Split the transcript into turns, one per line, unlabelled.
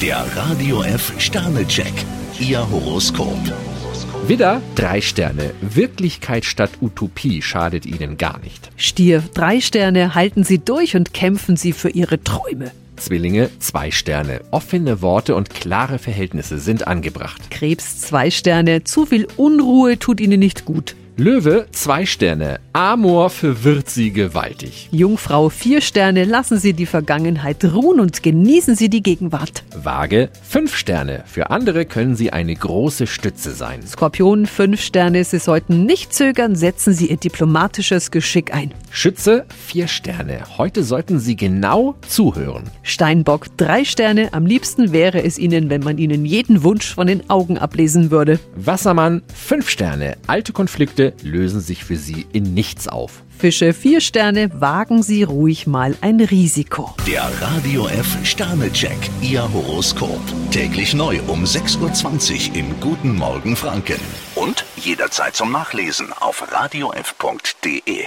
Der Radio F Sternecheck, Ihr Horoskop.
Widder, drei Sterne. Wirklichkeit statt Utopie schadet Ihnen gar nicht.
Stier, drei Sterne, halten Sie durch und kämpfen Sie für Ihre Träume.
Zwillinge, zwei Sterne. Offene Worte und klare Verhältnisse sind angebracht.
Krebs, zwei Sterne, zu viel Unruhe tut Ihnen nicht gut.
Löwe, zwei Sterne. Amor verwirrt Sie gewaltig.
Jungfrau, vier Sterne, lassen Sie die Vergangenheit ruhen und genießen Sie die Gegenwart.
Waage, fünf Sterne. Für andere können Sie eine große Stütze sein.
Skorpion, fünf Sterne, Sie sollten nicht zögern, setzen Sie Ihr diplomatisches Geschick ein.
Schütze, vier Sterne. Heute sollten Sie genau zuhören.
Steinbock, drei Sterne, am liebsten wäre es Ihnen, wenn man Ihnen jeden Wunsch von den Augen ablesen würde.
Wassermann, fünf Sterne. Alte Konflikte lösen sich für Sie in nichts auf.
Fische, vier Sterne, wagen Sie ruhig mal ein Risiko.
Der Radio F Sternecheck, Ihr Horoskop. Täglich neu um 6.20 Uhr im Guten Morgen Franken. Und jederzeit zum Nachlesen auf radiof.de.